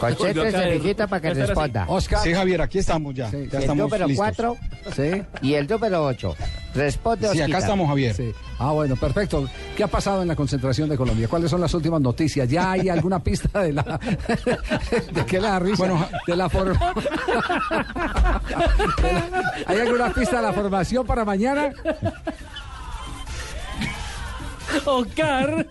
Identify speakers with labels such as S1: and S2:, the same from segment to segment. S1: Cachete, cerillita para que responda.
S2: Oscar.
S3: Sí, Javier, aquí estamos ya.
S1: Sí,
S3: ya
S1: el
S3: estamos
S1: número
S3: listos.
S1: 4
S2: Sí.
S1: y el número 8. Responde
S3: Sí, acá
S1: Osquita.
S3: estamos, Javier.
S2: Sí. Ah, bueno, perfecto. ¿Qué ha pasado en la concentración de Colombia? ¿Cuáles son las últimas noticias? ¿Ya hay alguna pista de la de qué la risa?
S3: Bueno,
S2: de la forma. ¿Hay alguna pista de la formación para mañana?
S4: Oscar.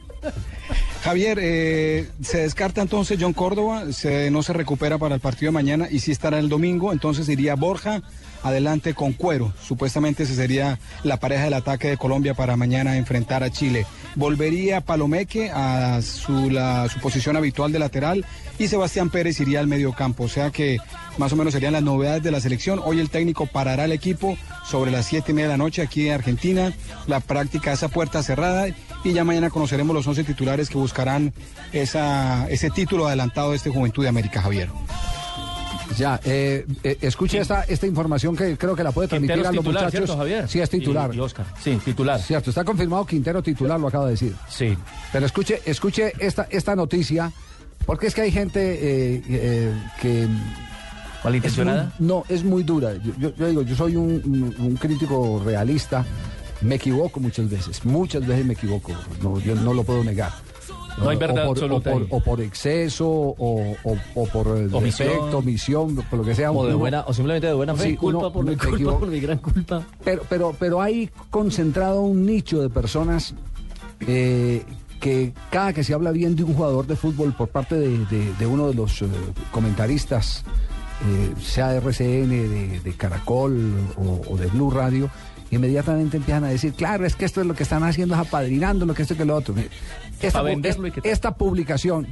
S3: Javier, eh, se descarta entonces John Córdoba, se, no se recupera para el partido de mañana y sí estará el domingo, entonces iría Borja adelante con Cuero. Supuestamente esa sería la pareja del ataque de Colombia para mañana enfrentar a Chile. Volvería Palomeque a su, la- su posición habitual de lateral y Sebastián Pérez iría al mediocampo. O sea que más o menos serían las novedades de la selección. Hoy el técnico parará el equipo sobre las 7 y media de la noche aquí en Argentina. La práctica esa puerta cerrada y ya mañana conoceremos los 11 titulares que buscarán esa, ese título adelantado de este Juventud de América, Javier.
S2: Ya, eh, eh, escuche esta, esta información que creo que la puede transmitir a
S4: Quintero es
S2: los
S4: titular,
S2: muchachos.
S4: ¿cierto, Javier?
S2: Sí, es titular.
S4: Y, y Oscar. Sí, titular.
S2: Cierto, está confirmado Quintero titular, lo acaba de decir.
S4: Sí.
S2: Pero escuche, escuche esta, esta noticia, porque es que hay gente eh, eh, que Es muy-
S4: ¿Malintencionada?
S2: no, es muy dura. Yo, yo- yo digo, yo soy un, un- un crítico realista. Me equivoco muchas veces. Muchas veces me equivoco. No, yo no lo puedo negar.
S4: No hay
S2: O-
S4: verdad
S2: o por,
S4: absoluta
S2: O por,
S4: ahí.
S2: o por exceso, o, o- o por eh,
S4: Omisión.
S2: defecto, omisión, por lo que sea.
S5: O, de
S2: Uno-
S5: buena, o simplemente de buena fe.
S2: Sí,
S5: culpa
S2: uno-
S5: por mi
S2: uno
S5: culpa,
S2: equivo-
S5: por mi gran culpa.
S2: Pero, pero, pero hay concentrado un nicho de personas eh, que cada que se habla bien de un jugador de fútbol por parte de, de- de uno de los eh, comentaristas, eh, sea de RCN, de, de Caracol o, o de Blue Radio, inmediatamente empiezan a decir, claro, es que esto es lo que están haciendo, es apadrinando, lo que esto y que lo otro. Mire, Esta,
S4: Pa'
S2: pu-
S4: venderlo y qué tal.
S2: esta publicación,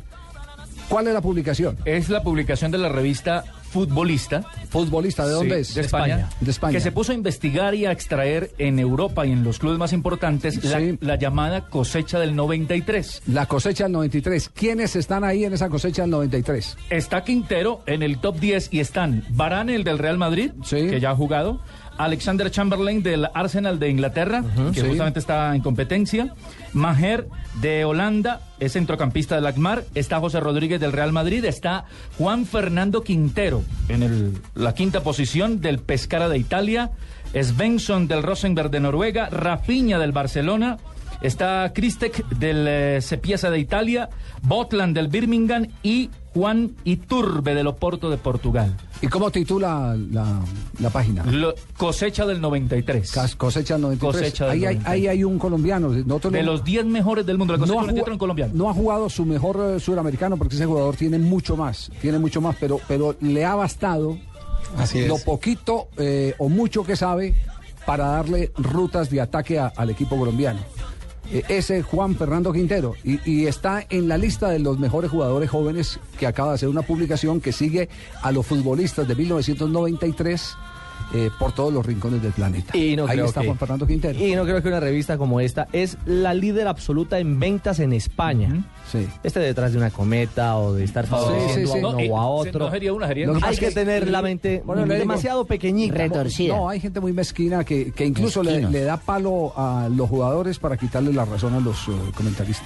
S2: ¿cuál es la publicación?
S4: Es la publicación de la revista Futbolista.
S2: Futbolista, ¿de
S4: Sí,
S2: dónde es?
S4: De España.
S2: De España.
S4: Que se puso a investigar y a extraer en Europa y en los clubes más importantes la,
S2: Sí.
S4: la llamada cosecha del 93.
S2: La cosecha del 93. ¿Quiénes están ahí en esa cosecha del 93?
S4: Está Quintero en el top 10 y están Varane, el del Real Madrid,
S2: Sí.
S4: que ya ha jugado, Alexander Chamberlain del Arsenal de Inglaterra, que
S2: sí.
S4: justamente está en competencia, Maher de Holanda, es centrocampista del ACMAR, está José Rodríguez del Real Madrid, está Juan Fernando Quintero en el- la quinta posición del Pescara de Italia, Svensson del Rosenberg de Noruega, Rafinha del Barcelona, Está Kristec del eh, Sepieza de Italia, Botland del Birmingham y Juan Iturbe del Oporto de Portugal.
S2: ¿Y cómo titula la, la página?
S4: Lo- cosecha del 93.
S2: Cas- cosecha del 93.
S4: Cosecha del
S2: ahí, hay-
S4: 93.
S2: ahí Hay, un colombiano. Nosotros
S4: de
S2: no-
S4: los 10 mejores del mundo, la cosecha
S2: no ha,
S4: del 93
S2: jugado,
S4: en Colombia.
S2: no ha jugado su mejor eh, suramericano porque ese jugador tiene mucho más, tiene mucho más, pero, pero le ha bastado
S3: Así es.
S2: lo poquito eh, o mucho que sabe para darle rutas de ataque a- al equipo colombiano. Eh, ese Juan Fernando Quintero y, y está en la lista de los mejores jugadores jóvenes que acaba de hacer una publicación que sigue a los futbolistas de 1993 eh, por todos los rincones del planeta.
S5: Y no
S2: Ahí
S5: creo
S2: está
S5: que-
S2: Juan Fernando Quintero.
S5: Y no creo que una revista como esta es la líder absoluta en ventas en España.
S4: Ujú.
S2: Sí.
S5: Este detrás de una cometa o de estar favoreciendo
S2: sí,
S5: a uno
S2: sí.
S5: o a
S4: eh,
S5: otro.
S4: No sería una, sería
S2: Lo que
S4: otra.
S2: pasa
S5: Hay
S2: es
S5: que tener la mente
S2: Bueno, le digo-
S5: demasiado pequeñita.
S1: Retorcida.
S2: No, hay gente muy mezquina que, que incluso le,
S5: Mezquinos.
S2: le da palo a los jugadores para quitarle la razón a los eh, comentaristas.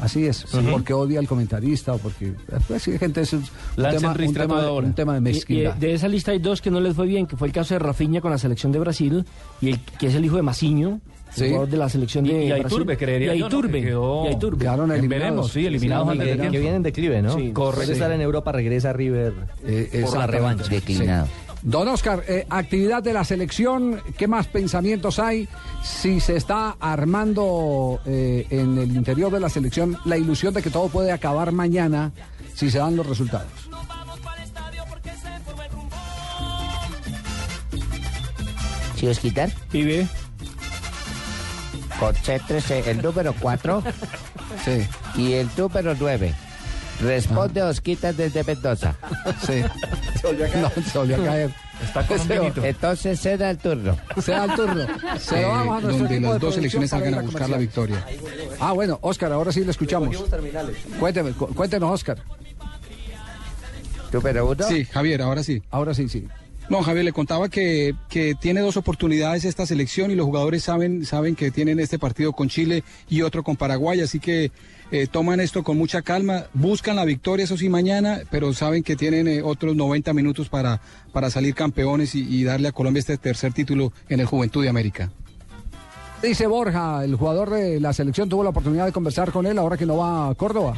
S2: Así es, porque odia al comentarista o porque... Pues, sí, gente, eso es un
S4: Lanza
S2: tema,
S4: el
S2: un,
S4: ristre a
S2: tema,
S4: toda hora.
S2: un tema de
S6: Y- y
S2: mezquindad.
S6: de esa lista hay dos que no les fue bien, que fue el caso de Rafinha con la selección de Brasil, y el que es el hijo de Maciño,
S2: Sí.
S6: el jugador de la selección
S4: Y-
S6: de
S4: y a
S6: Brasil.
S4: Iturbe, creería
S6: y a
S4: yo, ¿no?
S6: Iturbe,
S4: Que quedó-
S6: y a Iturbe.
S2: Quedaron eliminados.
S4: Veremos, sí, eliminados
S5: Sí,
S4: antes
S5: que,
S4: de
S5: que
S4: tiempo.
S5: viene en declive, ¿no?
S6: Sí.
S5: Correcto.
S2: Sí.
S5: estar en Europa, regresa a River
S2: Eh,
S5: por la
S2: exactamente.
S5: revancha.
S2: Sí. Don Oscar, eh, actividad de la selección, ¿qué más pensamientos hay? Si se está armando eh, en el interior de la selección la ilusión de que todo puede acabar mañana si se dan los resultados.
S1: ¿Sí os quitar?
S6: Pibe.
S1: Concéntrese el número 4
S2: Sí.
S1: y el número 9. Responde Osquitas desde Mendoza.
S2: Sí. No, se volvió a caer.
S4: Está con un
S2: Se-
S4: vinito.
S1: Entonces será el turno.
S2: Se da el turno. Se
S3: eh,
S2: lo vamos a nuestro
S3: donde
S2: equipo
S3: las
S2: de producción
S3: dos selecciones
S2: para
S3: salgan
S2: ir
S3: a buscar la
S2: comercial.
S3: victoria.
S2: Ah, bueno, Oscar, ahora sí le escuchamos. Cuénteme, cu- cuéntenos, Oscar.
S1: Número uno.
S3: Sí, Javier, ahora sí.
S2: Ahora sí, sí.
S3: No, Javier, le contaba que, que tiene dos oportunidades esta selección y los jugadores saben, saben que tienen este partido con Chile y otro con Paraguay, así que eh, toman esto con mucha calma, buscan la victoria, eso sí, mañana, pero saben que tienen eh, otros 90 minutos para, para salir campeones y, y darle a Colombia este tercer título en el Juventud de América.
S2: Dice Borja, el jugador de la selección tuvo la oportunidad de conversar con él ahora que no va a Córdoba.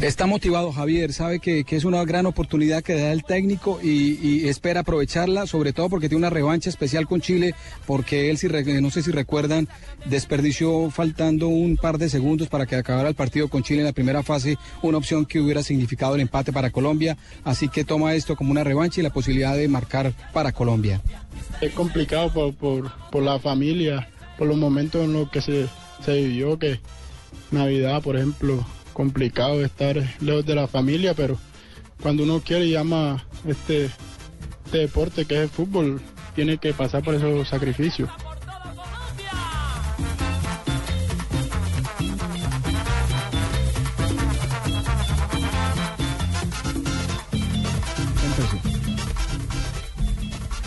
S3: Está motivado Javier, sabe que, que es una gran oportunidad que le da el técnico y, y espera aprovecharla, sobre todo porque tiene una revancha especial con Chile, porque él, si re- eh, no sé si recuerdan, desperdició faltando un par de segundos para que acabara el partido con Chile en la primera fase, una opción que hubiera significado el empate para Colombia, así que toma esto como una revancha y la posibilidad de marcar para Colombia.
S7: Es complicado por, por, por la familia, por los momentos en los que se, se vivió, que Navidad, por ejemplo, complicado estar lejos de la familia, pero cuando uno quiere y ama este, este deporte que es el fútbol, tiene que pasar por esos sacrificios.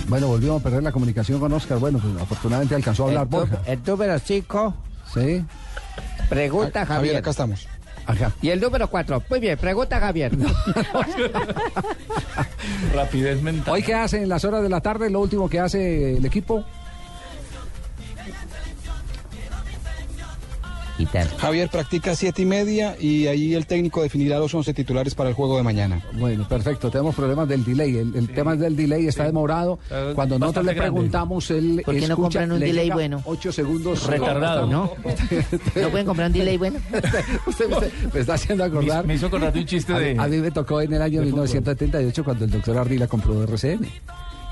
S2: Bueno, volvimos a perder la comunicación con Oscar. Bueno, pues afortunadamente alcanzó a
S1: El,
S2: hablar
S1: tu-
S2: Borja.
S1: el número cinco.
S2: Sí,
S1: Pregunta
S3: Ah, Javier,
S1: Javier.
S3: acá estamos.
S2: acá.
S1: Y el número cuatro. Muy bien, pregunta Javier.
S4: Rapidez mental.
S2: Hoy, ¿qué hace en las horas de la tarde? Lo último que hace el equipo.
S1: Quitar.
S3: Javier practica siete y media y ahí el técnico definirá los 11 titulares para el juego de mañana.
S2: Bueno, perfecto. Tenemos problemas del delay. El, el tema del delay está demorado.
S4: Está
S2: Cuando nosotros le
S4: bastante grande.
S2: preguntamos, él
S1: ¿Por qué no
S2: escucha,
S1: compran un
S2: le
S1: delay
S2: llega
S1: bueno?
S2: Ocho segundos.
S4: Retardado.
S1: ¿No? ¿No pueden comprar un delay bueno?
S2: Usted me, está- me está haciendo
S4: Me-
S2: acordar.
S4: Me hizo acordar de un chiste
S2: A mí,
S4: de.
S2: a mí me tocó en el año 1978 cuando el doctor Ardila compró RCN. Y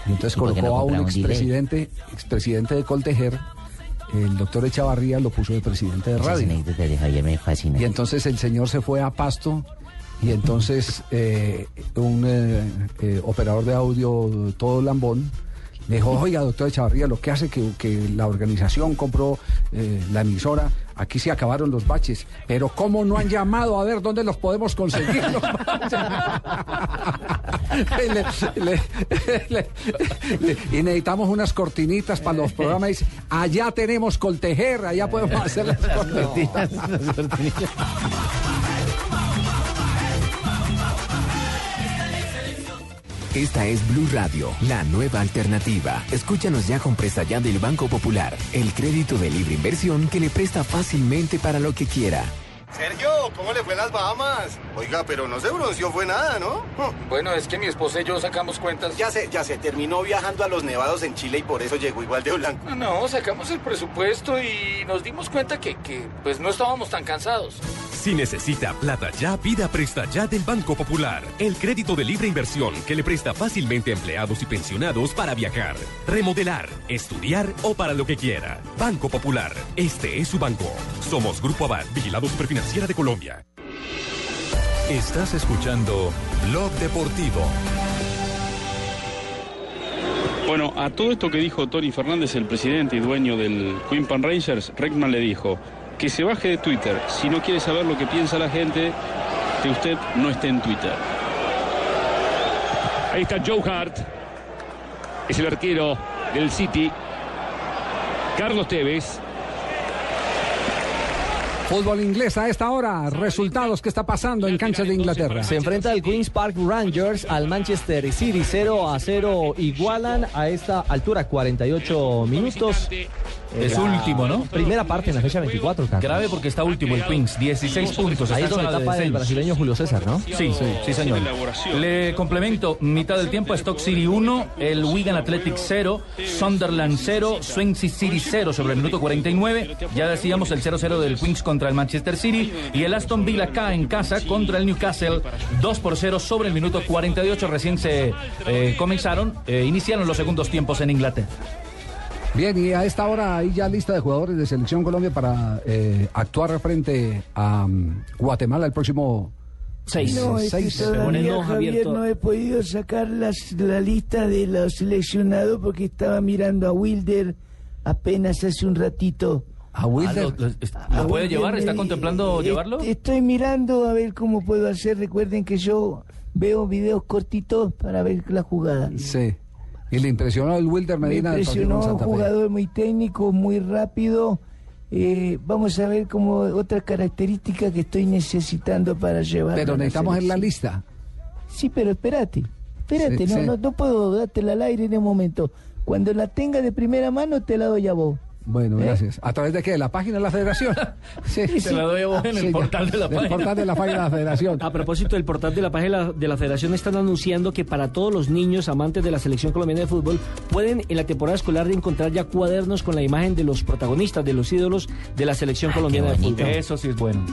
S2: entonces
S1: ¿Y por
S2: colocó
S1: qué no
S2: a un
S1: compraba un delay?
S2: expresidente, expresidente de Coltejer, el doctor Echavarría lo puso de presidente de
S1: Esas
S2: radio.
S1: anécdotas de Javier me fascinan.
S2: Y entonces el señor se fue a Pasto y entonces eh, un eh, eh, operador de audio todo lambón le dijo, oiga, doctor Echavarría, lo que hace que, que la organización compró eh, la emisora, aquí se acabaron los baches, pero ¿cómo no han llamado a ver dónde los podemos conseguir? los baches?" y, le- le- le- le- y necesitamos unas cortinitas para los programas. y dice, allá tenemos coltejer, allá podemos hacer las cortinas.
S8: Esta es Blue Radio, la nueva alternativa. Escúchanos ya con Presta Ya del Banco Popular, el crédito de libre inversión que le presta fácilmente para lo que quiera.
S9: Sergio, ¿cómo le fue las Bahamas? Oiga, pero no se bronceó, fue nada, ¿no?
S10: Bueno, es que mi esposa y yo sacamos cuentas.
S9: Ya se, ya se terminó viajando a los nevados en Chile y por eso llegó igual de blanco.
S10: No, sacamos el presupuesto y nos dimos cuenta que, que pues no estábamos tan cansados.
S8: Si necesita plata ya, pida Presta Ya del Banco Popular, el crédito de libre inversión que le presta fácilmente a empleados y pensionados para viajar, remodelar, estudiar o para lo que quiera. Banco Popular, este es su banco. Somos Grupo Abad, Vigilado Superfinanciera de Colombia. Estás escuchando Blog Deportivo.
S7: Bueno, a todo esto que dijo Tony Fernández, el presidente y dueño del Queen Pan Rangers, Reckman le dijo que se baje de Twitter. Si no quiere saber lo que piensa la gente, que usted no esté en Twitter. Ahí está Joe Hart, es el arquero del City. Carlos Tevez.
S2: Fútbol inglés a esta hora. Resultados que está pasando en canchas de Inglaterra.
S5: Se enfrenta el Queen's Park Rangers al Manchester City 0 a 0. Igualan a esta altura 48 minutos.
S4: Es
S5: La
S4: último, ¿no?
S5: Primera parte en la fecha 24, Carlos.
S4: Grave porque está último el Queens, 16 puntos. está
S5: Ahí es
S4: en
S5: donde
S4: zona de
S5: tapa el
S4: descenso.
S5: brasileño Julio César, ¿no?
S4: Sí, sí, sí, señor. Le complemento, mitad del tiempo, Stock City 1, el Wigan Athletic 0, Sunderland 0, Swansea City 0 sobre el minuto 49. Ya decíamos el 0-0 del Queens contra el Manchester City y el Aston Villa acá en casa contra el Newcastle 2 por 0 sobre el minuto 48. Recién se eh, comenzaron, eh, iniciaron los segundos tiempos en Inglaterra.
S2: Bien, y a esta hora hay ya lista de jugadores de Selección Colombia para eh, actuar frente a mm, Guatemala el próximo
S7: Seis. No, es que todavía, Javier, no he podido sacar las- la lista de los seleccionados porque estaba mirando a Wilder apenas hace un ratito.
S2: ¿A
S1: Wilder? Ah, lo- lo- ¿lo puede llevar? ¿Está contemplando llevarlo?
S7: Estoy mirando a ver cómo puedo hacer. Recuerden que yo veo videos cortitos para ver la jugada.
S2: Sí. Y le impresionó el Wilder
S7: Me
S2: Medina del partido
S7: impresionó
S2: con
S7: un
S2: Santa Fe.
S7: jugador muy técnico, muy rápido. Eh, vamos a ver como otra característica que estoy necesitando para llevar.
S2: Pero necesitamos en la lista.
S7: Sí, pero espérate. Espérate,
S2: Sí,
S7: no,
S2: sí.
S7: No, no puedo dártela al aire en un momento. Cuando la tenga de primera mano, te la doy a vos. ¿Eh?
S2: Bueno, gracias. ¿A través de qué? ¿De la página de la federación? Sí,
S4: Te la doy a vos en el portal de la
S2: Del
S4: página.
S2: portal de la página de la federación.
S4: A propósito del portal de la página de la Federación están anunciando que para todos los niños amantes de la selección colombiana de fútbol pueden en la temporada escolar encontrar ya cuadernos con la imagen de los protagonistas, de los ídolos de la selección colombiana de fútbol.
S1: Eso sí es bueno.